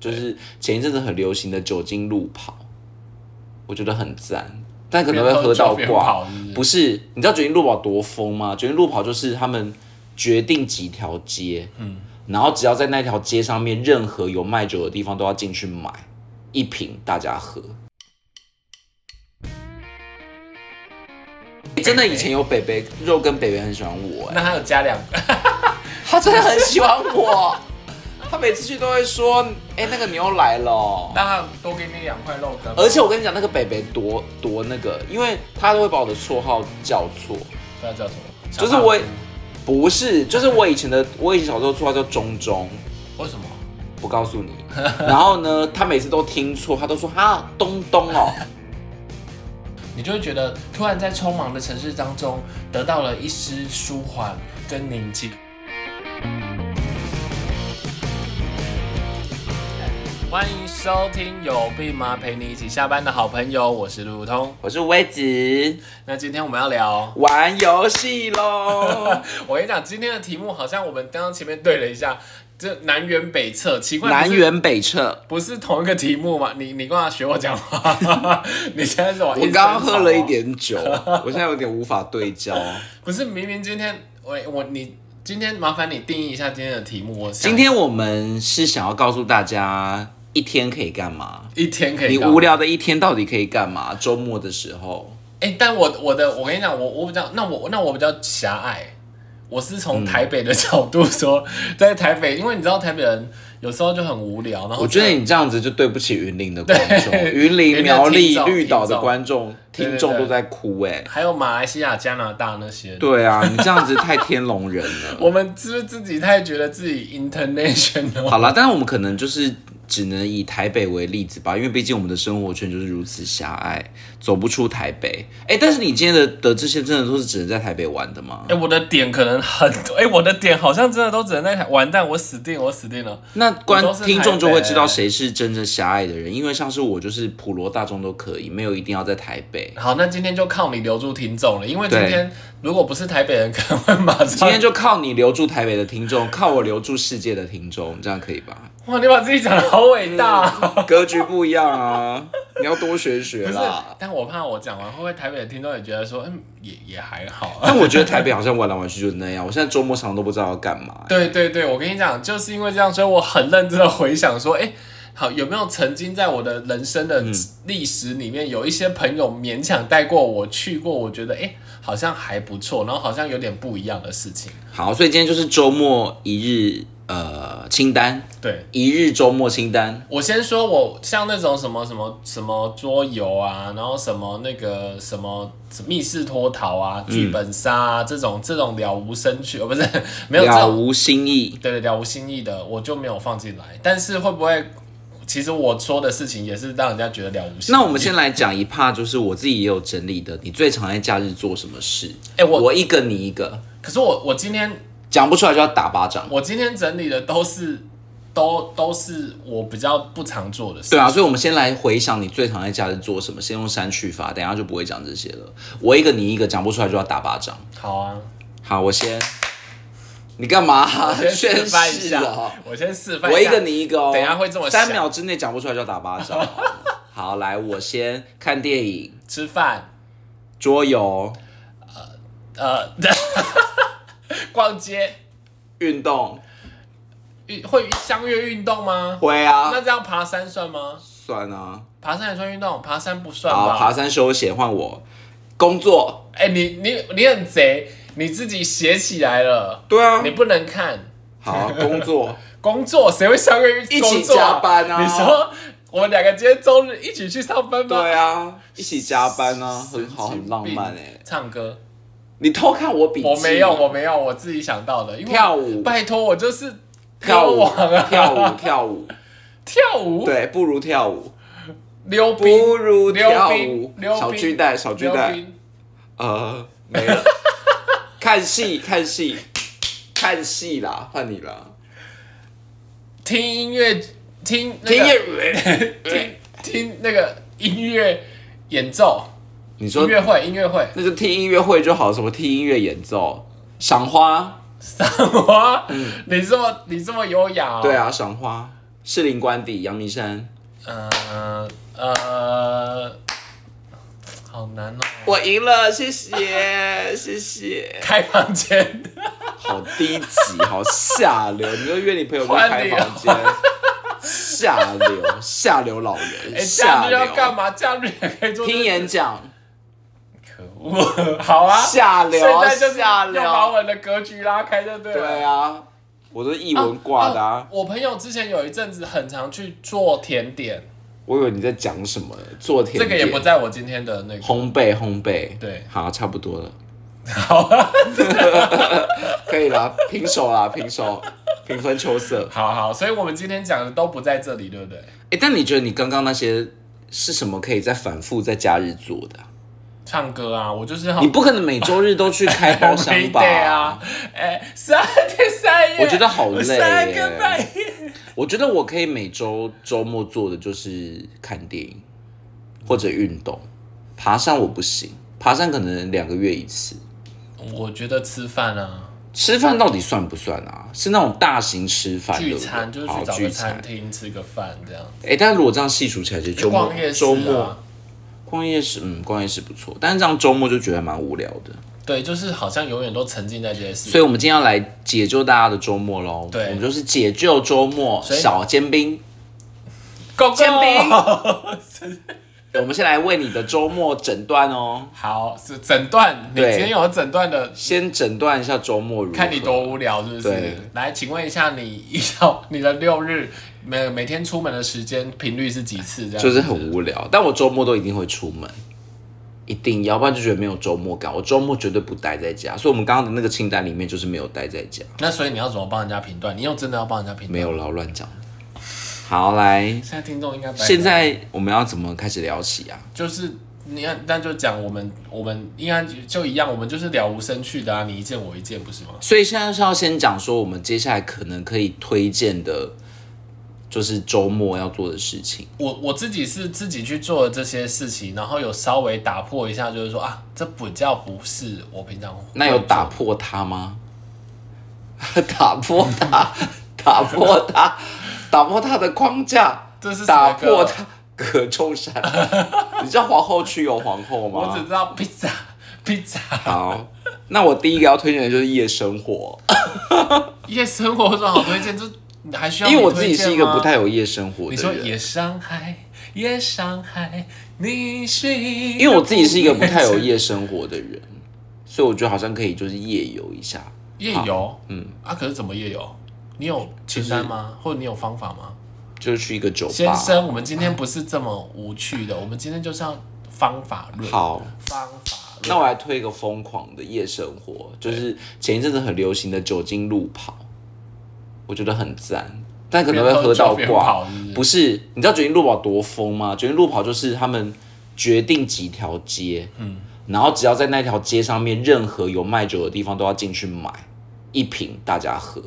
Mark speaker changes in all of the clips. Speaker 1: 就是前一阵子很流行的酒精路跑，我觉得很赞，但可能会喝到
Speaker 2: 边喝酒边
Speaker 1: 挂
Speaker 2: 跑是不。是
Speaker 1: 不是，你知道酒精路跑多疯吗？酒精路跑就是他们决定几条街，嗯，然后只要在那条街上面任何有卖酒的地方都要进去买一瓶，大家喝。真的，以前有北北肉跟北北很喜欢我、哎。
Speaker 2: 那还有加两个，
Speaker 1: 他真的很喜欢我， 他每次去都会说：“哎、那个牛来了哦。
Speaker 2: 那还有多给你两块肉羹”。
Speaker 1: 而且我跟你讲，那个北北多多那个，因为他都会把我的绰号叫错，
Speaker 2: 那叫什么？
Speaker 1: 就是我不是，就是我以前的，我以前小时候绰号叫中中，
Speaker 2: 为什么？
Speaker 1: 不告 诉你。然后呢，他每次都听错，他都说哈东东哦，
Speaker 2: 你就会觉得突然在匆忙的城市当中得到了一丝舒缓跟宁静。欢迎收听《有病吗？陪你一起下班的好朋友》，我是路路通。
Speaker 1: 我是威子，
Speaker 2: 那今天我们要聊，
Speaker 1: 玩游戏喽。
Speaker 2: 我跟你讲，今天的题目好像我们刚刚前面对了一下，这南辕北辙，奇怪，
Speaker 1: 南
Speaker 2: 不是
Speaker 1: 辕北辙，
Speaker 2: 不是同一个题目吗？你你干嘛学我讲话？ 你现在是我
Speaker 1: 我刚刚喝了一，点 酒，我现在有点无法对焦。
Speaker 2: 不是明明今天我我你今天麻烦你定义一下今天的题目。我想
Speaker 1: 今天我们是想要告诉大家，一天可以干嘛？
Speaker 2: 一天可以
Speaker 1: 你
Speaker 2: 干嘛
Speaker 1: 无聊的一天到底可以干嘛？周末的时候，
Speaker 2: 哎、但我我的我跟你讲，我我比较那我那我比较狭隘，我是从
Speaker 1: 嗯
Speaker 2: 台北的角度说， 在台北，因为你知道台北人有时候就很无聊，然后
Speaker 1: 我觉得你这样子就对不起云林的观众， 云林、苗
Speaker 2: 云林
Speaker 1: 栗
Speaker 2: 的听、众
Speaker 1: 绿岛的观众、
Speaker 2: 听
Speaker 1: 听
Speaker 2: 众
Speaker 1: 众
Speaker 2: 对对对
Speaker 1: 都在哭哎、
Speaker 2: 还有马来西亚、加拿大那些，
Speaker 1: 对啊，你这样子太天龙人 了。
Speaker 2: 我们是不是自己太觉得自己 international？
Speaker 1: 好啦，但是我们可能就是只能以台北为例子吧，因为毕竟我们的生活圈就是如此狭隘，走不出台北。哎、但是你今天的的这些真的都是只能在台北玩的吗？
Speaker 2: 哎、我的点可能很多，哎、 我的点好像真的都只能在台，完蛋，我死定了，我死定了。
Speaker 1: 那观
Speaker 2: 我都是台北
Speaker 1: 听众就会知道谁是真正狭隘的人，因为像是我就是普罗大众都可以，没有一定要在台北。
Speaker 2: 好，那今天就靠你留住听众了，因为今
Speaker 1: 对
Speaker 2: 天如果不是台北人，可能会马上。
Speaker 1: 今天就靠你留住台北的听众，靠我留住世界的听众，这样可以吧？
Speaker 2: 哇，你把自己讲的好伟大、
Speaker 1: 格局不一样啊，你要多学学
Speaker 2: 不是
Speaker 1: 啦，。
Speaker 2: 但我怕我讲完，会不会台北的听众也觉得说，嗯，也也还好、啊。
Speaker 1: 但我觉得台北好像玩来玩去就是那样，我现在周末常常都不知道要干嘛、
Speaker 2: 对对对，我跟你讲，就是因为这样，所以我很认真的回想说，哎、好，有没有曾经在我的人生
Speaker 1: 嗯
Speaker 2: 的历史里面，有一些朋友勉强带过我去过，我觉得哎、好像还不错，然后好像有点不一样的事情。
Speaker 1: 好，所以今天就是周末一日呃清单，
Speaker 2: 对，
Speaker 1: 一日周末清单。
Speaker 2: 我先说我，像那种什么什么什么桌游啊，然后什么那个什么密室脱逃啊、剧本杀啊、这种这种了无生趣，哦，不是 没有这
Speaker 1: 了
Speaker 2: 种，
Speaker 1: 无新意，
Speaker 2: 对对了无新意的，我就没有放进来。但是会不会，其实我说的事情也是让人家觉得了无新意？
Speaker 1: 那我们先来讲一趴，就是我自己也有整理的，你最常在假日做什么事？
Speaker 2: 哎我
Speaker 1: 我一个你一个，
Speaker 2: 可是我我今天
Speaker 1: 讲不出来就要打巴掌。
Speaker 2: 我今天整理的都是都都是我比较不常做的事。
Speaker 1: 对啊，所以我们先来回想你最常在假日做什么，先用删去法，等一下就不会讲这些了。我一个你一个，讲不出来就要打巴掌。
Speaker 2: 好啊，
Speaker 1: 好，我先，你干 嘛、
Speaker 2: 我先示
Speaker 1: 啊宣
Speaker 2: 范一
Speaker 1: 誓
Speaker 2: 下
Speaker 1: 哦。，
Speaker 2: 我先示范
Speaker 1: 我
Speaker 2: 一
Speaker 1: 一
Speaker 2: 下。
Speaker 1: 个你一个哦，
Speaker 2: 等一下会这么
Speaker 1: 三
Speaker 2: 想
Speaker 1: 秒之内讲不出来就要打巴掌。好，来，我先看电影、
Speaker 2: 吃饭。
Speaker 1: 桌游、
Speaker 2: 呃， 逛街
Speaker 1: 运动，
Speaker 2: 运会相约运动吗？
Speaker 1: 会啊
Speaker 2: 那，这样爬山算吗？
Speaker 1: 算啊。
Speaker 2: 爬山也算运动，爬山不算
Speaker 1: 好，爬
Speaker 2: 吧？
Speaker 1: 山休闲换我，工作。
Speaker 2: 哎、你你你很贼，你自己写起来了，
Speaker 1: 对啊
Speaker 2: 你不能看
Speaker 1: 好，工 作。
Speaker 2: 工作，谁会相约
Speaker 1: 一起
Speaker 2: 运工作
Speaker 1: 加班啊
Speaker 2: 你说我们两个今天周日一起去上班吗？
Speaker 1: 对啊，一起加班啊，很好，
Speaker 2: 神经
Speaker 1: 很
Speaker 2: 病
Speaker 1: 浪漫哎、
Speaker 2: 唱歌。
Speaker 1: 你偷看我笔记？
Speaker 2: 我没有，我没有，我自己想到的。因为
Speaker 1: 跳舞
Speaker 2: 拜托，我就是
Speaker 1: 跳
Speaker 2: 歌
Speaker 1: 舞
Speaker 2: 王啊，
Speaker 1: 跳舞，跳舞，
Speaker 2: 跳舞，
Speaker 1: 对，不如跳舞，
Speaker 2: 溜冰，
Speaker 1: 不如
Speaker 2: 溜
Speaker 1: 跳
Speaker 2: 冰
Speaker 1: 舞，，
Speaker 2: 溜冰
Speaker 1: 小巨蛋，小巨
Speaker 2: 溜
Speaker 1: 蛋，
Speaker 2: 冰
Speaker 1: 呃，没了，看 戏，看戏，看戏啦，换你啦，
Speaker 2: 听音乐，听那
Speaker 1: 听
Speaker 2: 个
Speaker 1: 乐，
Speaker 2: 听听那个音乐演奏，
Speaker 1: 你
Speaker 2: 音
Speaker 1: 说
Speaker 2: 乐会，音 乐会，
Speaker 1: 那就听音乐会就好，什么听音乐演奏，赏花，嗯
Speaker 2: 赏花。你这么你这么优雅、哦，
Speaker 1: 对，啊，赏花，士林官邸、阳明山。
Speaker 2: 呃呃，好难哦。
Speaker 1: 我赢了，谢谢， 谢谢。
Speaker 2: 开房间，
Speaker 1: 好低级，好下流！你又约你朋友去开房间，下流，下流老人，
Speaker 2: 哎，假
Speaker 1: 下
Speaker 2: 日要干
Speaker 1: 流。
Speaker 2: 嘛？假日也可以做这
Speaker 1: 听演讲，
Speaker 2: 可恶，好啊，
Speaker 1: 下流
Speaker 2: 现在就是
Speaker 1: 下
Speaker 2: 要
Speaker 1: 流
Speaker 2: 把我的格局拉开，就对哦了。
Speaker 1: 对啊，我都是译文挂的啊。
Speaker 2: 我朋友之前有一阵子很常去做甜点，
Speaker 1: 我以为你在讲什么，做甜
Speaker 2: 这
Speaker 1: 点，
Speaker 2: 个也不在我今天的那个。
Speaker 1: 烘焙，烘焙，
Speaker 2: 对
Speaker 1: 好，差不多了，
Speaker 2: 好啊，
Speaker 1: 可以啦，平手啦，平手，平分秋色。
Speaker 2: 好好，所以我们今天讲的都不在这里，对不对？
Speaker 1: 哎、但你觉得你刚刚那些是什么可以再反复在假日做的啊？
Speaker 2: 唱歌啊，我就是好
Speaker 1: 你不可能每周日都去开包厢 吧？
Speaker 2: 对啊，哎、三天三夜，
Speaker 1: 我觉得好累耶
Speaker 2: 三个半夜。
Speaker 1: 我觉得我可以每周周末做的就是看电影或者运动，爬山我不行，爬山可能两个月一次。
Speaker 2: 我觉得吃饭啊，
Speaker 1: 吃饭到底算不算啊？是那种大型吃饭，
Speaker 2: 聚
Speaker 1: 对不对
Speaker 2: 餐就是
Speaker 1: 好
Speaker 2: 去找
Speaker 1: 聚
Speaker 2: 个
Speaker 1: 餐
Speaker 2: 餐。厅吃个饭这样，
Speaker 1: 哎、但如果这样细数起来，其实周末、
Speaker 2: 逛夜市、啊、
Speaker 1: 周末逛夜市，嗯，逛夜市不错，但是这样周末就觉得蛮无聊的。
Speaker 2: 对，就是好像永远都沉浸在这些事。
Speaker 1: 所以我们今天要来解救大家的周末喽。
Speaker 2: 对
Speaker 1: 我们就是解救周末
Speaker 2: 所以
Speaker 1: 小尖兵。
Speaker 2: 狗狗
Speaker 1: 煎 饼我们先来为你的周末诊断哦，
Speaker 2: 好是诊断，你
Speaker 1: 对
Speaker 2: 今天有诊断的，
Speaker 1: 先诊断一下周末如何。
Speaker 2: 看你多无聊是不是
Speaker 1: 对？
Speaker 2: 来，请问一下你一到你的六日每每天出门的时间频率是几次？这样
Speaker 1: 就是很无聊，但我周末都一定会出门，一定要不然就觉得没有周末感。我周末绝对不待在家，所以我们刚刚的那个清单里面就是没有待在家，
Speaker 2: 那所以你要怎么帮人家评断？你又真的要帮人家评
Speaker 1: 没
Speaker 2: 断？
Speaker 1: 有啦，乱讲。好，来，
Speaker 2: 现在听众应该白
Speaker 1: 现在我们要怎么开始聊起啊？
Speaker 2: 就是你看，那就讲我们我们应该就一样，我们就是了无生趣的啊，你一件我一件，不是吗？
Speaker 1: 所以现在是要先讲说我们接下来可能可以推荐的，就是周末要做的事情。
Speaker 2: 我我自己是自己去做这些事情，然后有稍微打破一下，就是说啊，这比较不是我平常
Speaker 1: 那有打破它吗？ 打破它，打破它，打破它的框架，
Speaker 2: 这是什么
Speaker 1: 打
Speaker 2: 歌
Speaker 1: 破它隔中 山。你知道皇后区有皇后
Speaker 2: 我只
Speaker 1: 吗？
Speaker 2: 知道披萨披萨
Speaker 1: 好，那我第一个要推荐的就是夜生活，
Speaker 2: 夜生活有什么好推荐？这还需要
Speaker 1: 因为
Speaker 2: 你
Speaker 1: 我自己
Speaker 2: 推荐
Speaker 1: 是一个
Speaker 2: 吗
Speaker 1: 不太有夜生活
Speaker 2: 你说
Speaker 1: 的人。
Speaker 2: 夜上海，夜上海，你是
Speaker 1: 因
Speaker 2: 因
Speaker 1: 为我自己是一个不太有夜生活的人，所以我觉得好像可以就是夜游一下。
Speaker 2: 夜游，嗯啊，可是怎么夜游？你有清单吗？或者你有方法吗？
Speaker 1: 就是去一个酒
Speaker 2: 先
Speaker 1: 吧。
Speaker 2: 生，我们今天不是这么无趣的，我们今天就是要方法论。，
Speaker 1: 好，
Speaker 2: 方法论。
Speaker 1: 那我来推一个疯狂的夜生活，就是前一阵子很流行的酒精路跑，我觉得很赞，但可能会喝到
Speaker 2: 边喝酒边
Speaker 1: 挂
Speaker 2: 跑是不是。
Speaker 1: 不是，你知道酒精路跑多疯吗？酒精路跑就是他们决定几条街，嗯，然后只要在那条街上面任何有卖酒的地方都要进去买一瓶，大家喝。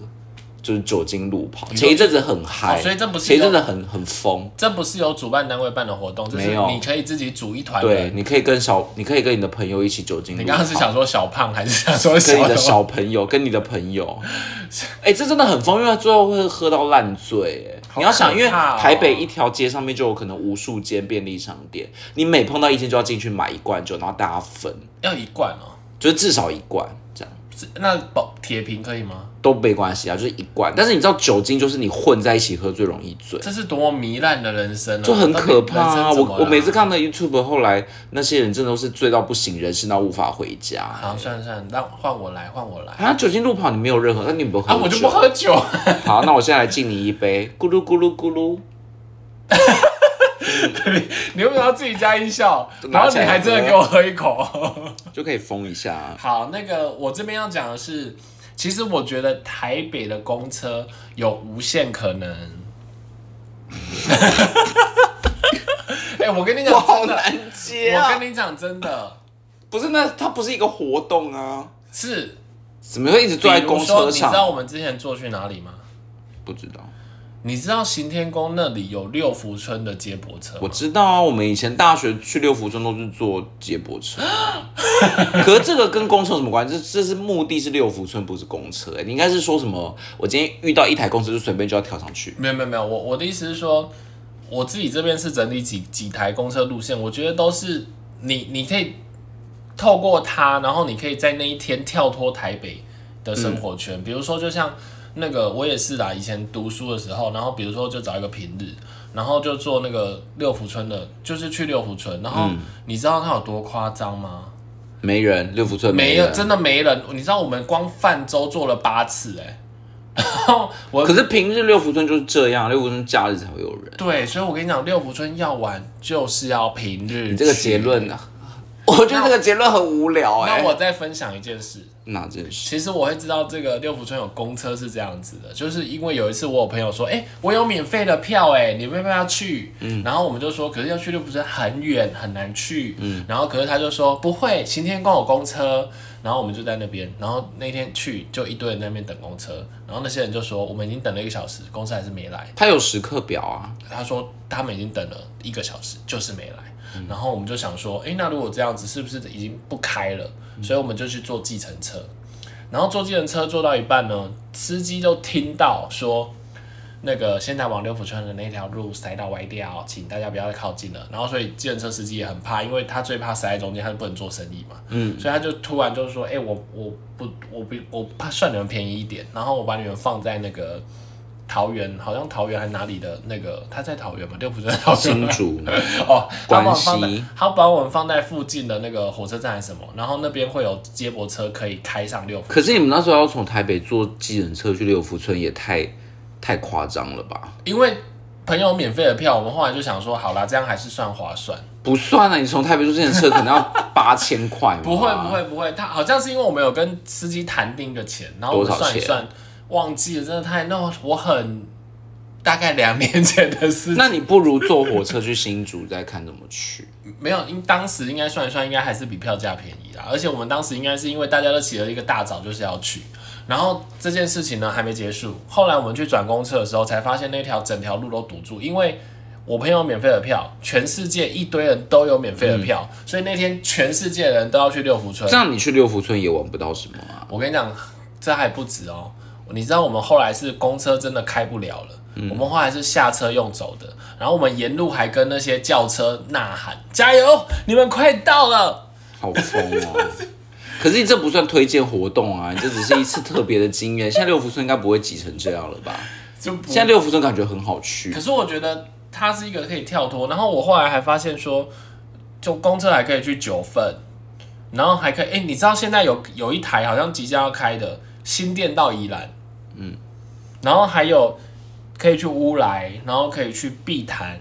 Speaker 1: 就是酒精路跑，前一阵子很嗨、
Speaker 2: 哦所以这不是
Speaker 1: 前一
Speaker 2: 有
Speaker 1: 阵子很很疯，
Speaker 2: 这不是由主办单位办的活动，这是
Speaker 1: 没有
Speaker 2: 你可以自己组一团
Speaker 1: 对，
Speaker 2: 人。
Speaker 1: 你可以跟小，你可以跟你的朋友一起酒精路跑。
Speaker 2: 你刚刚是想说小胖，还是想说
Speaker 1: 跟你的
Speaker 2: 小
Speaker 1: 小朋友，跟你的朋友，哎、这真的很疯，因为最后会喝到烂醉。哎，你要想，因为
Speaker 2: 可怕哦
Speaker 1: 台北一条街上面就有可能无数间便利商店，你每碰到一间就要进去买一罐酒，然后大家分，
Speaker 2: 要一罐哦？
Speaker 1: 就是至少一罐这样
Speaker 2: 是那保铁瓶可以吗？
Speaker 1: 都没关系啊，就是一罐。但是你知道酒精就是你混在一起喝最容易醉。
Speaker 2: 这是多么糜烂的人生啊！
Speaker 1: 就很可怕啊！
Speaker 2: 到底人生怎么
Speaker 1: 我
Speaker 2: 了
Speaker 1: 我每次看到 YouTube，后来那些人真的都是醉到不省人事，到无法回家。
Speaker 2: 好，算了算了，让换我来，换 我来
Speaker 1: 啊，酒精路跑你没有任何，那你有没有喝
Speaker 2: 啊！
Speaker 1: 酒？
Speaker 2: 我就不喝酒，
Speaker 1: 好，那我现在来敬你一杯，咕噜咕噜咕噜。
Speaker 2: 你为什么要自己加音效？然后
Speaker 1: 拿
Speaker 2: 你
Speaker 1: 起来
Speaker 2: 还真的给我喝一口。
Speaker 1: 就可以封一下啊。
Speaker 2: 好，那个我这边要讲的是，其实我觉得台北的公车有无限可能。 哎、我跟你讲真的，
Speaker 1: 难接啊
Speaker 2: 我！跟你讲真的
Speaker 1: 不是，那它不是一个活动啊，
Speaker 2: 是，
Speaker 1: 怎么会一直
Speaker 2: 比
Speaker 1: 坐在
Speaker 2: 如
Speaker 1: 公
Speaker 2: 说
Speaker 1: 车
Speaker 2: 你知道
Speaker 1: 上？
Speaker 2: 我们之前坐去哪里吗？
Speaker 1: 不知道，
Speaker 2: 你知道行天宫那里有六福村的接驳车吗？
Speaker 1: 我知道啊，我们以前大学去六福村都是坐接驳车，可是这个跟公车有什么关系？这这是目的是六福村，不是公车、欸。你应该是说什么？我今天遇到一台公车，就随便就要跳上去。
Speaker 2: 没有没有没有，我我的意思是说，我自己这边是整理几几台公车路线，我觉得都是你你可以透过它，然后你可以在那一天跳脱台北的生活圈。比如说，就像那个我也是啦，以前读书的时候，然后比如说就找一个平日，然后就坐那个六福村的，就是去六福村，然后你知道它有多夸张吗？
Speaker 1: 没人，六福村
Speaker 2: 没有，
Speaker 1: 人。
Speaker 2: 真的没人。你知道我们光泛舟坐了八次哎、 然后我
Speaker 1: 可是平日六福村就是这样，六福村假日才会有人。
Speaker 2: 对，所以我跟你讲，六福村要玩就是要平日。
Speaker 1: 你这个结，论啊，我觉得这个结论很无聊哎、
Speaker 2: 那我再分享一件事。
Speaker 1: 哪件事？
Speaker 2: 其实我会知道这个六福村有公车是这样子的，就是因为有一次我有朋友说，哎、我有免费的票、哎，你们要不要去？然后我们就说，可是要去六福村很远，很难去。然后可是他就说不会，晴天宫有公车。然后我们就在那边，然后那天去就一堆人在那边等公车，然后那些人就说我们已经等了一个小时，公车还是没来。
Speaker 1: 他有时刻表啊，
Speaker 2: 他说他们已经等了一个小时，就是没来。然后我们就想说，诶，那如果这样子，是不是已经不开了？所以我们就去坐计程车。然后坐计程车坐到一半呢，司机就听到说，那个现在往六福村的那条路塞到歪掉，请大家不要再靠近了。然后所以计程车司机也很怕，因为他最怕塞在中间，他就不能做生意嘛。嗯，所以他就突然就说，诶，我我不我不我怕算你们便宜一点，然后我把你们放在那个。桃园好像桃园还哪里的那个，他在桃园嘛，六福村在桃园
Speaker 1: 新竹
Speaker 2: 哦，他把我们放在
Speaker 1: 关西
Speaker 2: 他把我们放在附近的那个火车站还是什么，然后那边会有接驳车可以开上六福，
Speaker 1: 可是你们那时候要从台北坐计程车去六福村，也太太夸张了吧？
Speaker 2: 因为朋友免费的票，我们后来就想说，好啦，这样还是算划算。
Speaker 1: 不算啊，你从台北坐计程车可能要八千块嘛
Speaker 2: 不会不，会不会，他好像是因为我们有跟司机谈定一个钱，然后我
Speaker 1: 多
Speaker 2: 们
Speaker 1: 少
Speaker 2: 算一
Speaker 1: 钱
Speaker 2: 算，忘记了，真的太那我很大概两年前的事情，
Speaker 1: 那你不如坐火车去新竹，再看怎么去。
Speaker 2: 没有，应当时应该算一算，应该还是比票价便宜啦。而且我们当时应该是因为大家都起了一个大早，就是要去。然后这件事情呢还没结束，后来我们去转公车的时候，才发现那条整条路都堵住，因为我朋友免费的票，全世界一堆人都有免费的票，所以那天全世界的人都要去六福村
Speaker 1: 这。样你去六福村也玩不到什么啊。
Speaker 2: 我跟你讲，这还不止哦。你知道我们后来是公车真的开不了了，我们后来是下车用走的，然后我们沿路还跟那些轿车呐喊：“加油，你们快到了
Speaker 1: 好疯哦！可是你这不算推荐活动啊，你这只是一次特别的经验。现在六福村应该不会挤成这样了吧？！”
Speaker 2: 就不
Speaker 1: 现在六福村感觉很好去
Speaker 2: 可，是我觉得它是一个可以跳脱，然后我后来还发现说，就公车还可以去九份，然后还可以，哎、你知道现在有有一台好像即将要开的新店到宜兰，嗯，然后还有可以去乌来，然后可以去碧潭，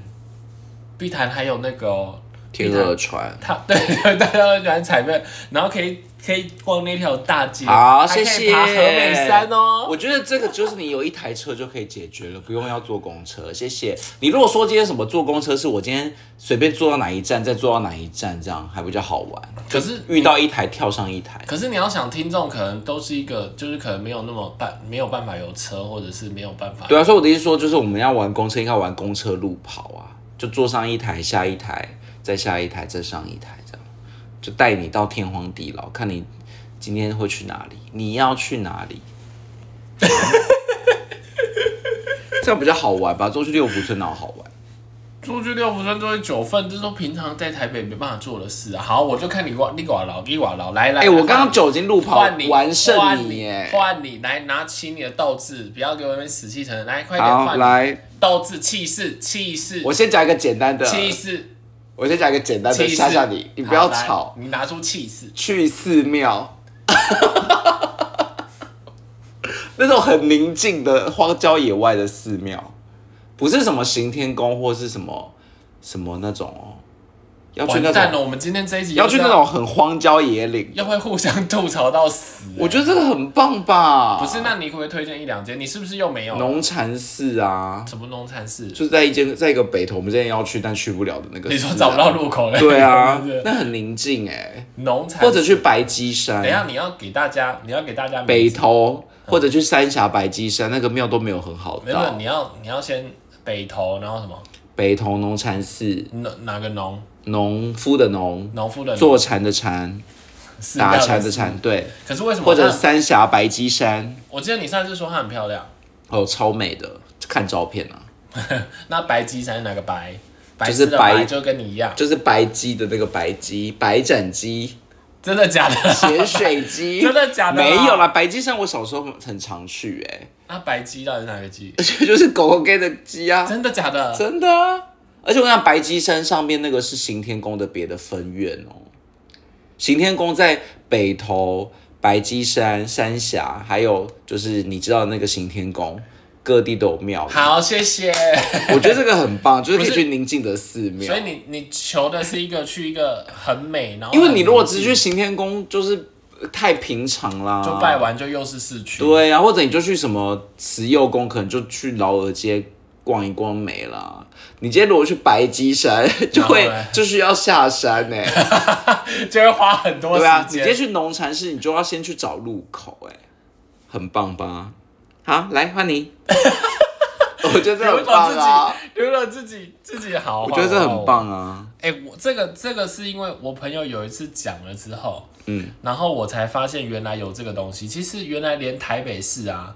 Speaker 2: 碧潭还有那个哦
Speaker 1: 天鹅船。
Speaker 2: 它对大家都喜欢踩背，然后可以可以逛那条大街，
Speaker 1: 好，
Speaker 2: 还可
Speaker 1: 谢
Speaker 2: 以
Speaker 1: 谢。
Speaker 2: 爬河美山哦。
Speaker 1: 我觉得这个就是你有一台车就可以解决了，不用要坐公车。谢谢。你如果说今天什么坐公车，是我今天随便坐到哪一站，再坐到哪一站，这样还比较好玩。
Speaker 2: 可是
Speaker 1: 遇到一台跳上一台，
Speaker 2: 可是你要想，听众可能都是一个，就是可能没有那么办，没有办法有车，或者是没有办法。
Speaker 1: 对啊，所以我的意思说，就是我们要玩公车，应该玩公车路跑啊，就坐上一台，下一台，再下一台，再上一台，这样就带你到天荒地老，看你今天会去哪里，你要去哪里，这样比较好玩吧？坐去六福村哪有好玩？
Speaker 2: 出去六福村坐去九份，这都平常在台北没办法做的事啊。好，我就看你挂你挂牢，你挂牢，来来。
Speaker 1: 哎、我刚刚酒精路跑
Speaker 2: 换你
Speaker 1: 完胜
Speaker 2: 换
Speaker 1: 你耶！
Speaker 2: 换你来拿起你的斗志，不要给我那边死气沉沉，来快点
Speaker 1: 好，
Speaker 2: 换你
Speaker 1: 来，
Speaker 2: 斗志气势气势
Speaker 1: 我先讲一个简单的，
Speaker 2: 气势
Speaker 1: 我先讲一个简单的
Speaker 2: 气势，
Speaker 1: 吓吓你，你不要
Speaker 2: 好来
Speaker 1: 吵。
Speaker 2: 你拿出气势。
Speaker 1: 去寺庙， 那种很宁静的荒郊野外的寺庙，不是什么行天宫或是什么什么那种哦，要去
Speaker 2: 完
Speaker 1: 那
Speaker 2: 蛋
Speaker 1: 种
Speaker 2: 了，我们今天这一集
Speaker 1: 要
Speaker 2: 又是
Speaker 1: 去那种很荒郊野岭，
Speaker 2: 要会互相吐槽到死。
Speaker 1: 我觉得这个很棒吧？
Speaker 2: 不是，那你可不可以推荐一两间？你是不是又没有
Speaker 1: 啊
Speaker 2: 啊
Speaker 1: 农禅寺啊，
Speaker 2: 什么农禅寺？
Speaker 1: 就是在一间在一个北投，我们之前要去但去不了的那个寺啊。
Speaker 2: 你说找不到入口了？
Speaker 1: 对 啊
Speaker 2: 是不，是
Speaker 1: 那很宁静哎、
Speaker 2: 农禅寺
Speaker 1: 或者去白鸡山
Speaker 2: 等一，下你要给大家，你要给大家
Speaker 1: 北
Speaker 2: 名字，
Speaker 1: 投，或者去三峡白鸡山，那个庙都没有很好
Speaker 2: 没有，
Speaker 1: 到。
Speaker 2: 你要你要先北投，然后什么
Speaker 1: 北投农禅寺，
Speaker 2: 哪哪个农
Speaker 1: 农夫的农，
Speaker 2: 农夫的农
Speaker 1: 坐禅的禅，
Speaker 2: 寺
Speaker 1: 打
Speaker 2: 庙
Speaker 1: 禅的
Speaker 2: 寺
Speaker 1: 禅，对，
Speaker 2: 可是为什么
Speaker 1: 或者
Speaker 2: 它？
Speaker 1: 三峡白鸡山，
Speaker 2: 我记得你上次说它很漂亮，
Speaker 1: 哦，超美的，看照片啊，
Speaker 2: 那白鸡山哪个白？白
Speaker 1: 就是
Speaker 2: 色的
Speaker 1: 白
Speaker 2: 白，就跟你一样，
Speaker 1: 就是白鸡的那个白鸡，白斩鸡，
Speaker 2: 真 的假的？
Speaker 1: 潜水鸡，
Speaker 2: 真的假的啦啊
Speaker 1: 没有啦，白鸡山我小时候很常去、欸，
Speaker 2: 那啊白鸡到底是哪个鸡？
Speaker 1: 而且就是狗狗给的鸡啊，
Speaker 2: 真的假的？
Speaker 1: 真的啊！而且我想白鸡山上面那个是行天宫的别的分院哦。行天宫在北投、白鸡山、三峡，还有就是你知道那个行天宫，各地都有 庙。
Speaker 2: 好，谢谢。
Speaker 1: 我觉得这个很棒，就是可以
Speaker 2: 不是
Speaker 1: 去宁静的寺庙
Speaker 2: 所以。你你求的是一个去一个很美，然后
Speaker 1: 因为你如果
Speaker 2: 很
Speaker 1: 只去行天宫，就是呃太平常啦。
Speaker 2: 就拜完就又是市区，
Speaker 1: 对啊，或者你就去什么慈幼宫，可能就去劳尔街逛一逛没啦。你今天如果去白鸡山，就会
Speaker 2: 然后嘞
Speaker 1: 就需要下山呢、欸
Speaker 2: 就会花很多
Speaker 1: 对啊，
Speaker 2: 时
Speaker 1: 你直接
Speaker 2: 间。
Speaker 1: 去农禅寺，你就要先去找路口、哎，很棒吧？好，来换 你。我觉得这
Speaker 2: 留
Speaker 1: 很棒啊
Speaker 2: 了，自己，留了自己，自己好。
Speaker 1: 我觉得这
Speaker 2: 好
Speaker 1: 很。棒啊。
Speaker 2: 哎、我这个这个是因为我朋友有一次讲了之后，
Speaker 1: 嗯，
Speaker 2: 然后我才发现原来有这个东西。其实原来连台北市啊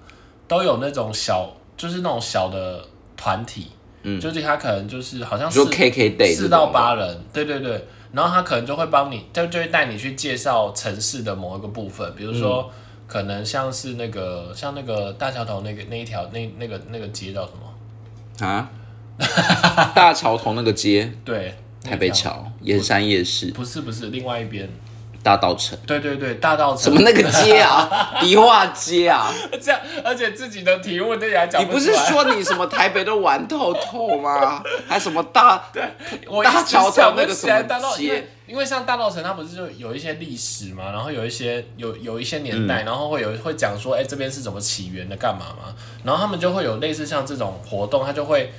Speaker 2: 都有那种小，就是那种小的团体，嗯，就是他可能就是好像
Speaker 1: 你
Speaker 2: 是
Speaker 1: 说 KK Day
Speaker 2: 四到
Speaker 1: 这种的，
Speaker 2: 八人，对对对，然后他可能就会帮你，就就会带你去介绍城市的某一个部分，比如说、
Speaker 1: 嗯
Speaker 2: 可能像是那个像那个大桥头那个那一条那那个那个街叫什么？哦
Speaker 1: 啊，大桥头那个街，
Speaker 2: 对，
Speaker 1: 台北
Speaker 2: 那条
Speaker 1: 桥、盐山夜市、
Speaker 2: 不是不是另外一边，
Speaker 1: 大道城，
Speaker 2: 对对对，大道
Speaker 1: 什
Speaker 2: 城
Speaker 1: 么那个街 啊，迪化街啊。
Speaker 2: 这样，而且自己的题目对你还讲
Speaker 1: 你不是
Speaker 2: 出来
Speaker 1: 说你什么台北都玩透透吗？还什么大
Speaker 2: 啊我一
Speaker 1: 大
Speaker 2: 时
Speaker 1: 桥头
Speaker 2: 想不
Speaker 1: 那个
Speaker 2: 起
Speaker 1: 什么
Speaker 2: 来大道，因为
Speaker 1: 街
Speaker 2: 因为像大道城，它不是就有一些历史嘛，然后有一些有有一些
Speaker 1: 嗯
Speaker 2: 年代，然后会有会讲说，哎、这边是怎么起源的，干嘛嘛，然后他们就会有类似像这种活动，他就会。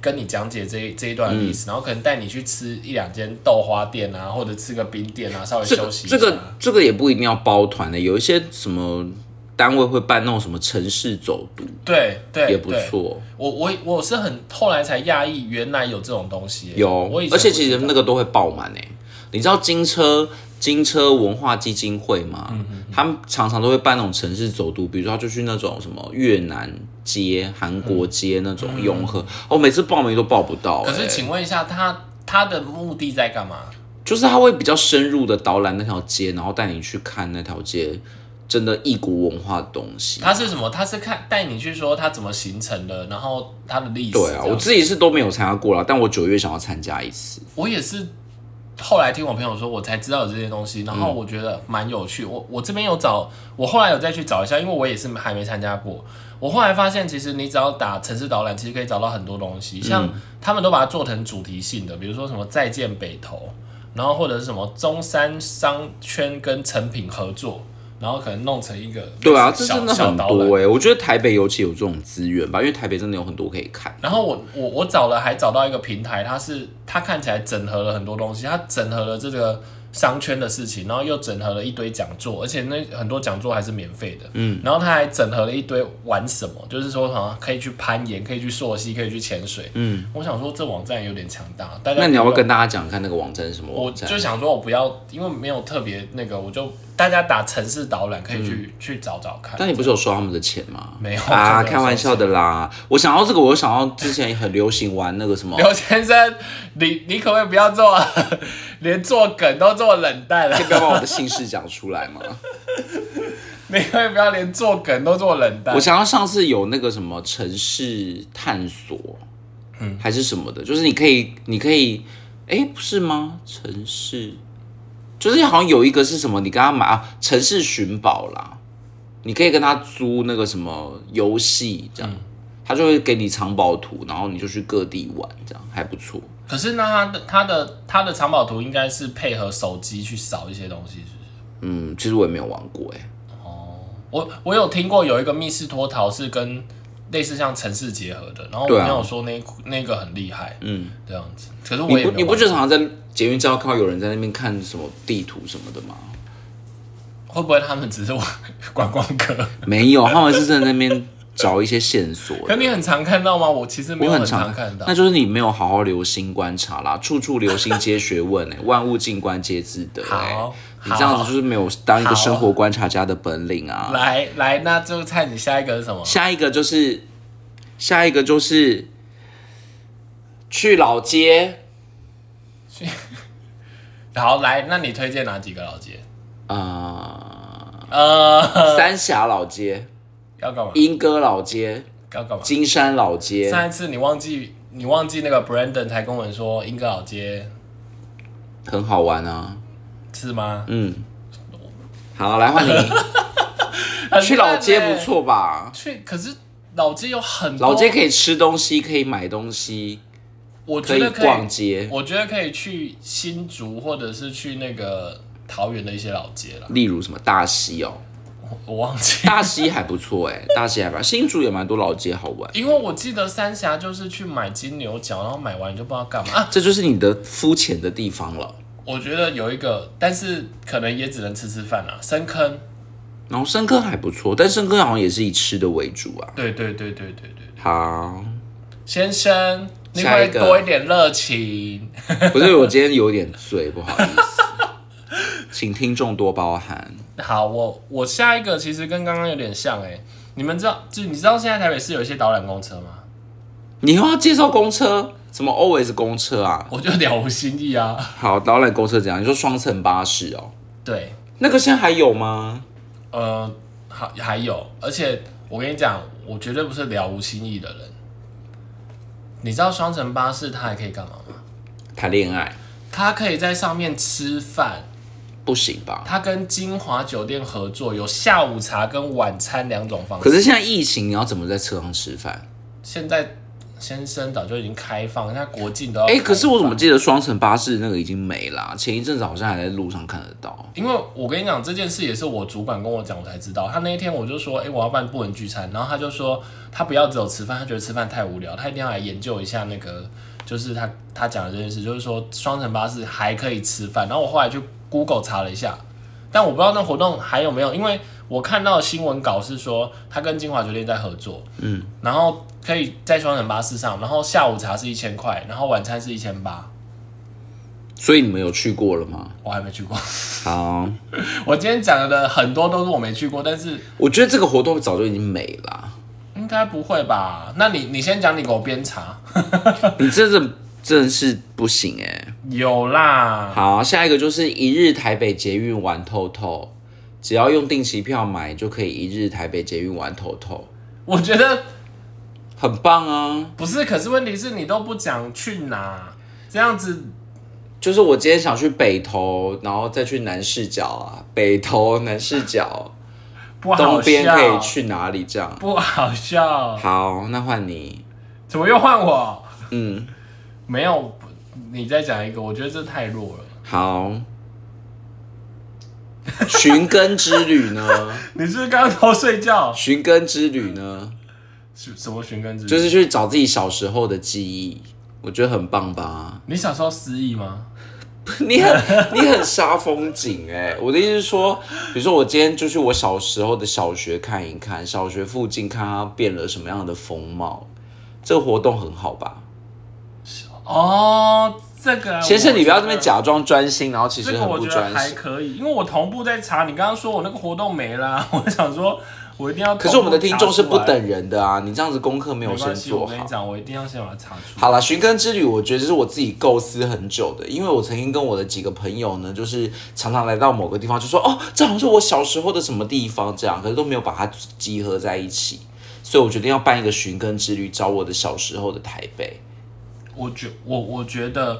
Speaker 2: 跟你讲解这一这一段
Speaker 1: 嗯
Speaker 2: 历史，然后可能带你去吃一两间豆花店啊，或者吃个冰店啊，稍微
Speaker 1: 这个
Speaker 2: 休息一下。
Speaker 1: 这个这个也不一定要包团的，有一些什么单位会办那种什么城市走读，
Speaker 2: 对对
Speaker 1: 也不
Speaker 2: 对
Speaker 1: 错。
Speaker 2: 我我我是很后来才讶异，原来有这种东西耶。
Speaker 1: 有
Speaker 2: 我以，前
Speaker 1: 而且
Speaker 2: 不知
Speaker 1: 其实
Speaker 2: 道
Speaker 1: 那个都会爆满诶、你知道金车金车文化基金会吗？
Speaker 2: 嗯
Speaker 1: 他们常常都会办那种城市走读，比如说就去那种什么越南街、韩国街那种永和，哦，每次报名都报不到、欸。
Speaker 2: 嗯可是，请问一下，他他的目的在干嘛？
Speaker 1: 就是他会比较深入的导览那条街，然后带你去看那条街真的异国文化的东西。
Speaker 2: 他是什么？他是看带你去说他怎么形成的，然后他的历史这
Speaker 1: 对
Speaker 2: 样。
Speaker 1: 啊，我自己是都没有参加过啦，但我九月想要参加一次。
Speaker 2: 我也是后来听我朋友说，我才知道有这些东西，然
Speaker 1: 嗯
Speaker 2: 后我觉得蛮有趣。我我这边有找，我后来有再去找一下，因为我也是还没参加过。我后来发现，其实你只要打城市导览，其实可以找到很多东西，像
Speaker 1: 嗯
Speaker 2: 他们都把它做成主题性的，比如说什么再见北投，然后或者是什么中山商圈跟成品合作，然后可能弄成一个
Speaker 1: 对啊，这
Speaker 2: 小
Speaker 1: 真的
Speaker 2: 小
Speaker 1: 很
Speaker 2: 导览
Speaker 1: 多哎、我觉得台北尤其有这种资源吧，因为台北真的有很多可以看。
Speaker 2: 然后我我我找了，还找到一个平台，它是它看起来整合了很多东西，它整合了这个商圈的事情，然后又整合了一堆讲座，而且那很多讲座还是免费的，嗯，然后它还整合了一堆玩什么，就是说好像可以去攀岩，可以去溯溪，可以去潜水，嗯，我想说这网站有点强大，大 家
Speaker 1: 那你要不
Speaker 2: 不
Speaker 1: 要跟大家讲看那个网站是什么
Speaker 2: 我
Speaker 1: 网站？
Speaker 2: 就想说，我不要，因为没有特别那个，我就大家打城市导览可以
Speaker 1: 嗯
Speaker 2: 去、去找找看。
Speaker 1: 但你不是有收他们的钱吗？
Speaker 2: 没有
Speaker 1: 啊，
Speaker 2: 我真的没有收钱
Speaker 1: 开玩笑的啦。我想到这个，我想到之前很流行玩那个 什么，
Speaker 2: 刘先生，你你可不可以不要做， 连做梗都这么冷淡啊了
Speaker 1: 可以？不要把我的姓氏讲出来吗？
Speaker 2: 你可以不要连做梗都做冷淡
Speaker 1: 我？想到上次有那个什么城市探索，嗯，还是什么的，就是你可以，你可以，哎、不是吗？城市，就是好像有一个是什么，你跟他买啊，城
Speaker 2: 嗯
Speaker 1: 市寻宝啦，你可以跟他租那个什么游戏这样。他就会给你藏宝图，然后你就去各地玩，这样还不错。
Speaker 2: 可是那它的它的它的藏宝图应该是配合手机去扫一些东西，是不是？
Speaker 1: 嗯，其实我也没有玩过哎、
Speaker 2: 我我有听过有一个密室脱逃是跟类似像城市结合的，然后我
Speaker 1: 对啊
Speaker 2: 朋友说那一khu那个很厉害，
Speaker 1: 嗯，
Speaker 2: 这样子。可是我
Speaker 1: 你
Speaker 2: 也
Speaker 1: 不
Speaker 2: 没有
Speaker 1: 你不
Speaker 2: 玩
Speaker 1: 觉得常常在捷运站看到有人在那边看什么地图什么的吗？
Speaker 2: 会不会他们只是玩 观光客？
Speaker 1: 没有，他们是真的在那边找一些线索的。
Speaker 2: 可你很常看到吗？我其实没
Speaker 1: 我
Speaker 2: 有
Speaker 1: 很
Speaker 2: 常看到
Speaker 1: 那。就是你没有好好留心观察啦，处处留心皆学问 哎、万物静观皆自得哎、
Speaker 2: 好
Speaker 1: 你这样子就是没有当一个
Speaker 2: 好
Speaker 1: 生活观察家的本领啊。
Speaker 2: 来来，那就猜你下一个是什么？
Speaker 1: 下一个就是，下一个就是去老街
Speaker 2: 好，来，那你推荐哪几个老街？
Speaker 1: 啊、
Speaker 2: 呃，
Speaker 1: 三峡老街、
Speaker 2: 要干嘛？
Speaker 1: 莺歌老街、
Speaker 2: 要干嘛？
Speaker 1: 金山老街。
Speaker 2: 上一次你忘记你忘记那个 Brandon 才跟我们说英格老街
Speaker 1: 很好玩啊，
Speaker 2: 是吗？
Speaker 1: 嗯。好，来 换你嗯去
Speaker 2: 欸
Speaker 1: 老街不，错吧？
Speaker 2: 去可是老街有很多
Speaker 1: 老街可以吃东西，可以买东西，
Speaker 2: 我
Speaker 1: 可
Speaker 2: 觉
Speaker 1: 以
Speaker 2: 得可以
Speaker 1: 逛街。
Speaker 2: 我觉得可以去新竹或者是去那个桃园的一些老街了，
Speaker 1: 例如什么大溪哦，
Speaker 2: 我我忘记。
Speaker 1: 大溪还不错哎、大溪还不错，新竹也蛮多老街好玩。
Speaker 2: 因为我记得三峡就是去买金牛角，然后买完就不知道干嘛啊。
Speaker 1: 这就是你的肤浅的地方了。
Speaker 2: 我觉得有一个，但是可能也只能吃吃饭啦。啊深坑，
Speaker 1: 然后深坑还不错，但深坑好像也是以吃的为主啊。
Speaker 2: 对对对对对对，
Speaker 1: 好，
Speaker 2: 先生，你
Speaker 1: 下
Speaker 2: 会
Speaker 1: 一个
Speaker 2: 多一点热情。
Speaker 1: 不是我今天有点醉，不好意思，请听众多包涵。
Speaker 2: 好，我我下一个其实跟刚刚有点像哎、你们知道就你知道现在台北市有一些导览公车吗？
Speaker 1: 你又要介绍公车，什么 always 公车啊？
Speaker 2: 我就了无新意啊。
Speaker 1: 好，导览公车怎样？你说双层巴士哦，
Speaker 2: 对，
Speaker 1: 那个现在还有吗？
Speaker 2: 呃，还还有，而且我跟你讲，我绝对不是了无新意的人。你知道双层巴士它还可以干嘛吗？
Speaker 1: 谈恋爱
Speaker 2: 它可以在上面吃饭，
Speaker 1: 不行吧？
Speaker 2: 它跟金华酒店合作，有下午茶跟晚餐两种方式。
Speaker 1: 可是现在疫情，你要怎么在车上吃饭？
Speaker 2: 现在先生早就已经开放，现在国境都要。
Speaker 1: 哎、可是我怎么？记得双层巴士那个已经没啦、前一阵子好像还在路上看得到。
Speaker 2: 因为我跟你讲这件事也是我主管跟我讲，我才知道。他那一天我就说，哎、我要办不能聚餐，然后他就说他不要只有吃饭，他觉得吃饭太无聊，他一定要来研究一下那个，就是他他讲的这件事，就是说双层巴士还可以吃饭。然后我后来去 Google 查了一下，但我不知道那活动还有没有，因为我看到的新闻稿是说他跟金华酒店在合作，嗯，然后可以在双层巴士上，然后下午茶是一千块，然后晚餐是一千八，
Speaker 1: 所以你们有去过了吗？
Speaker 2: 我还没去过。
Speaker 1: 好，
Speaker 2: 我今天讲的很多都是我没去过，但是
Speaker 1: 我觉得这个活动早就已经没啦、
Speaker 2: 应该不会吧？那你你先讲，你给我边查。
Speaker 1: 你这的真的是不行哎、
Speaker 2: 有啦，
Speaker 1: 好，啊下一个就是一日台北捷运玩透透，只要用定期票买就可以一日台北捷运玩透透，
Speaker 2: 我觉得
Speaker 1: 很棒啊！
Speaker 2: 不是，可是问题是你都不讲去哪，这样子
Speaker 1: 就是我今天想去北投，然后再去南市角啊，北投南市角
Speaker 2: 不好
Speaker 1: 东边可以
Speaker 2: 笑，
Speaker 1: 去哪里这样？
Speaker 2: 不好笑，
Speaker 1: 好，那换你，
Speaker 2: 怎么又换我？
Speaker 1: 嗯，
Speaker 2: 没有，你再讲一个，我觉得这太弱了。
Speaker 1: 好。寻根之旅呢？
Speaker 2: 你是不是刚刚偷睡觉？
Speaker 1: 寻根之旅呢？
Speaker 2: 是什么寻根之？
Speaker 1: 就是去找自己小时候的记忆，我觉得很棒吧。
Speaker 2: 你小时候失忆吗？
Speaker 1: 你很你很杀风景哎、我的意思是说，比如说我今天就去我小时候的小学看一看，小学附近看它变了什么样的风貌，这个活动很好吧？
Speaker 2: 哦，这个
Speaker 1: 先生，你不要这
Speaker 2: 这
Speaker 1: 边。假装专心，然后其
Speaker 2: 这
Speaker 1: 实
Speaker 2: 个
Speaker 1: 很
Speaker 2: 我
Speaker 1: 不
Speaker 2: 觉得
Speaker 1: 专
Speaker 2: 还
Speaker 1: 心。
Speaker 2: 可以，因为我同步在查，你刚刚说我那个活动没啦， 我想说我一定要。
Speaker 1: 可是我们的听众是不，等人的啊，你这样子功课没有
Speaker 2: 没
Speaker 1: 先
Speaker 2: 关系，
Speaker 1: 做
Speaker 2: 我跟
Speaker 1: 好
Speaker 2: 你。讲，我一定要先把它查出来。
Speaker 1: 好了，寻根之旅，我觉得是我自己构思很久的，因为我曾经跟我的几个朋友呢，就是常常来到某个地方，就说哦，这好像是我小时候的什么地方这样，可是都没有把它集合在一起，所以我决定要办一个寻根之旅，找我的小时候的台北。
Speaker 2: 我觉我我觉得，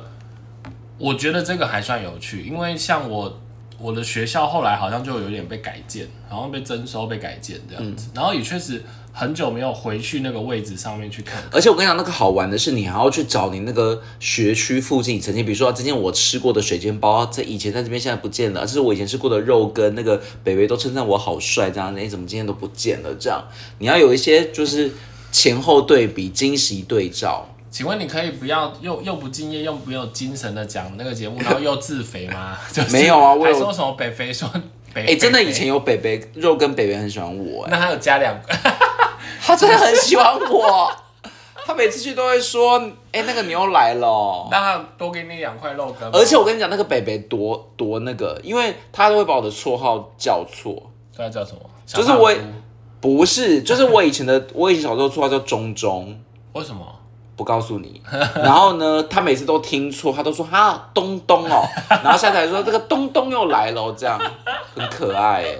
Speaker 2: 我觉得这个还算有趣，因为像我。我的学校后来好像就有点被改建，好像被征收、被改建这样子。
Speaker 1: 嗯
Speaker 2: 然后也确实很久没有回去那个位置上面去看。
Speaker 1: 而且我跟你讲，那个好玩的是，你还要去找你那个学区附近曾经，比如说、啊、之前我吃过的水煎包，在以前在这边现在不见了，这是我以前吃过的肉羹，那个北北都称赞我好帅，这样，哎，怎么今天都不见了？这样，你要有一些就是前后对比、惊喜对照。
Speaker 2: 请问你可以不要又又不敬业又没有精神的讲那个节目，然后又自肥吗？ 就是
Speaker 1: 没有啊我有
Speaker 2: 还说什么北 非说北
Speaker 1: 哎、
Speaker 2: 非
Speaker 1: 真的，以前有北北肉跟北北很喜欢我、哎，
Speaker 3: 那还有加两个，
Speaker 1: 他真的很喜欢我，他每次去都会说，哎、那个牛来了哦。
Speaker 3: 那他多给你两块肉羹吧。
Speaker 1: 而且我跟你讲，那个北北多多那个，因为他都会把我的绰号叫错，
Speaker 2: 他啊叫什么？
Speaker 1: 就是
Speaker 2: 小胖
Speaker 1: 我
Speaker 2: 虎
Speaker 1: 不是，就是我以前的， 我以前小时候绰号叫中中，
Speaker 2: 为什么？
Speaker 1: 不告诉 你。然后呢，他每次都听错，他都说哈东东哦， 然后下次还说这个东东又来了哦，这样很可爱 哎。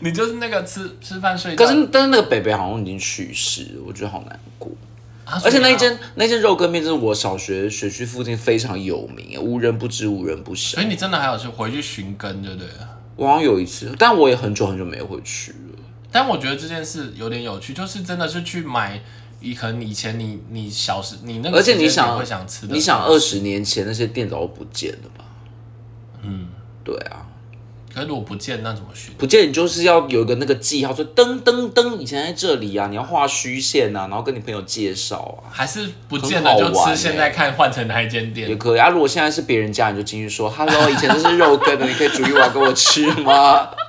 Speaker 2: 你就是那个吃吃饭睡觉，
Speaker 1: 可是但是那个北北好像已经去世，我觉得好难过。
Speaker 2: 啊
Speaker 1: 而且那一。
Speaker 2: 所以你要
Speaker 1: 间那间肉羹面就是我小学学区附近非常有名，无人不知，无人不晓
Speaker 2: 所以。你真的还有去回去寻根，对不对了？
Speaker 1: 我好像有一次，但我也很久很久没有回去了。
Speaker 2: 但我觉得这件事有点有趣，就是真的是去买，以可能以前你你小时你那个，
Speaker 1: 而且你想
Speaker 2: 会想吃的，
Speaker 1: 你想二十年前那些店早都不见了吧？嗯，对啊，
Speaker 2: 可是如果不见那怎么寻？
Speaker 1: 不见你就是要有一个那个记号，说噔噔噔，以前在这里啊，你要画虚线啊，然后跟你朋友介绍啊，
Speaker 2: 还是不见了就
Speaker 1: 很好玩欸
Speaker 2: 吃？现在看换成哪一间
Speaker 1: 也
Speaker 2: 店？
Speaker 1: 可以啊。如果现在是别人家，你就进去说 “hello”，以前这是肉羹的，你可以煮一碗给我吃吗？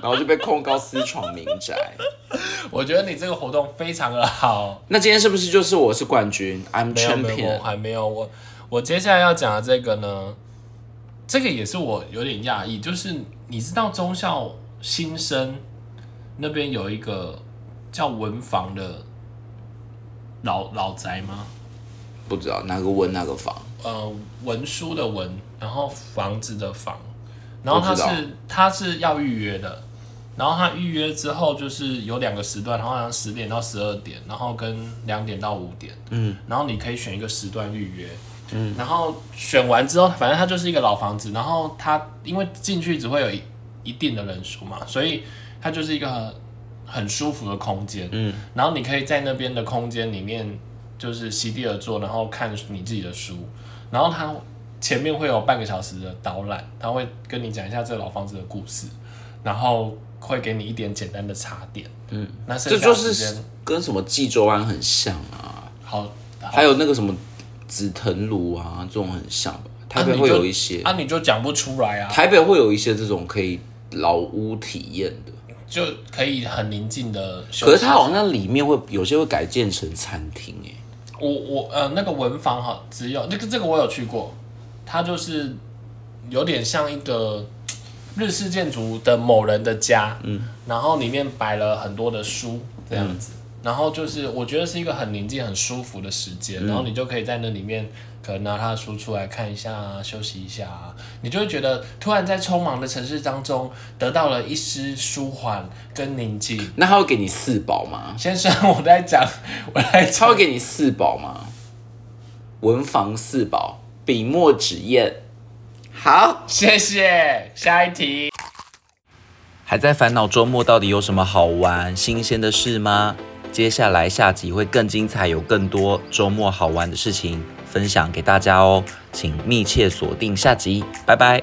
Speaker 1: 然后就被控告私闯民宅。
Speaker 2: 我觉得你这个活动非常的好。
Speaker 1: 那今天是不是就是我是冠军？I'm
Speaker 2: 没有没有，
Speaker 1: champion
Speaker 2: 我。还没有我我接下来要讲的这个呢，这个也是我有点讶异，就是你知道中校新生那边有一个叫文房的老老宅吗？
Speaker 1: 不知道哪个文哪个房，
Speaker 2: 呃文书的文，然后房子的房，然后
Speaker 1: 我
Speaker 2: 它
Speaker 1: 知道
Speaker 2: 是它是要预约的，然后它预约之后就是有两个时段，然后好像十点到十二点，然后跟两点到五点，
Speaker 1: 嗯，
Speaker 2: 然后你可以选一个时段预约。嗯，然后选完之后，反正它就是一个老房子，然后它因为进去只会有一一定的人数嘛，所以它就是一个很很舒服的空间。
Speaker 1: 嗯，
Speaker 2: 然后你可以在那边的空间里面就是席地而坐，然后看你自己的书，然后它前面会有半个小时的导览，他会跟你讲一下这个老房子的故事，然后会给你一点简单的茶点。嗯，那剩
Speaker 1: 这
Speaker 2: 下的
Speaker 1: 就
Speaker 2: 时间
Speaker 1: 是跟什么济州湾很像啊。
Speaker 2: 好。好
Speaker 1: 还有那个什么紫藤庐啊，这种很像吧？台北
Speaker 2: 啊你
Speaker 1: 会
Speaker 2: 就
Speaker 1: 有一些，
Speaker 2: 啊，你就讲不出来啊，
Speaker 1: 台北会有一些这种可以老屋体验的。
Speaker 2: 就可以很宁静的休息。
Speaker 1: 可是它好像里面会有些会改建成餐厅欸诶、
Speaker 2: 我我呃那个文房哈，只有这个这个我有去过，它就是有点像一个日式建筑的某人的家，嗯，然后里面摆了很多的书这样子，然后就是我觉得是一个很宁静、很舒服的时间，然后你就可以在那里面可能拿他的书出来看一下啊，休息一下啊，你就会觉得突然在匆忙的城市当中得到了一丝舒缓跟宁静。
Speaker 1: 那他会给你四宝吗？
Speaker 2: 先生，我在讲，我在讲
Speaker 1: 他会给你四宝吗？文房四宝，笔墨纸砚。好，
Speaker 2: 谢谢，下一题。
Speaker 1: 还在烦恼周末到底有什么好玩、新鲜的事吗？接下来下集会更精彩，有更多周末好玩的事情分享给大家哦，请密切锁定下集，拜拜。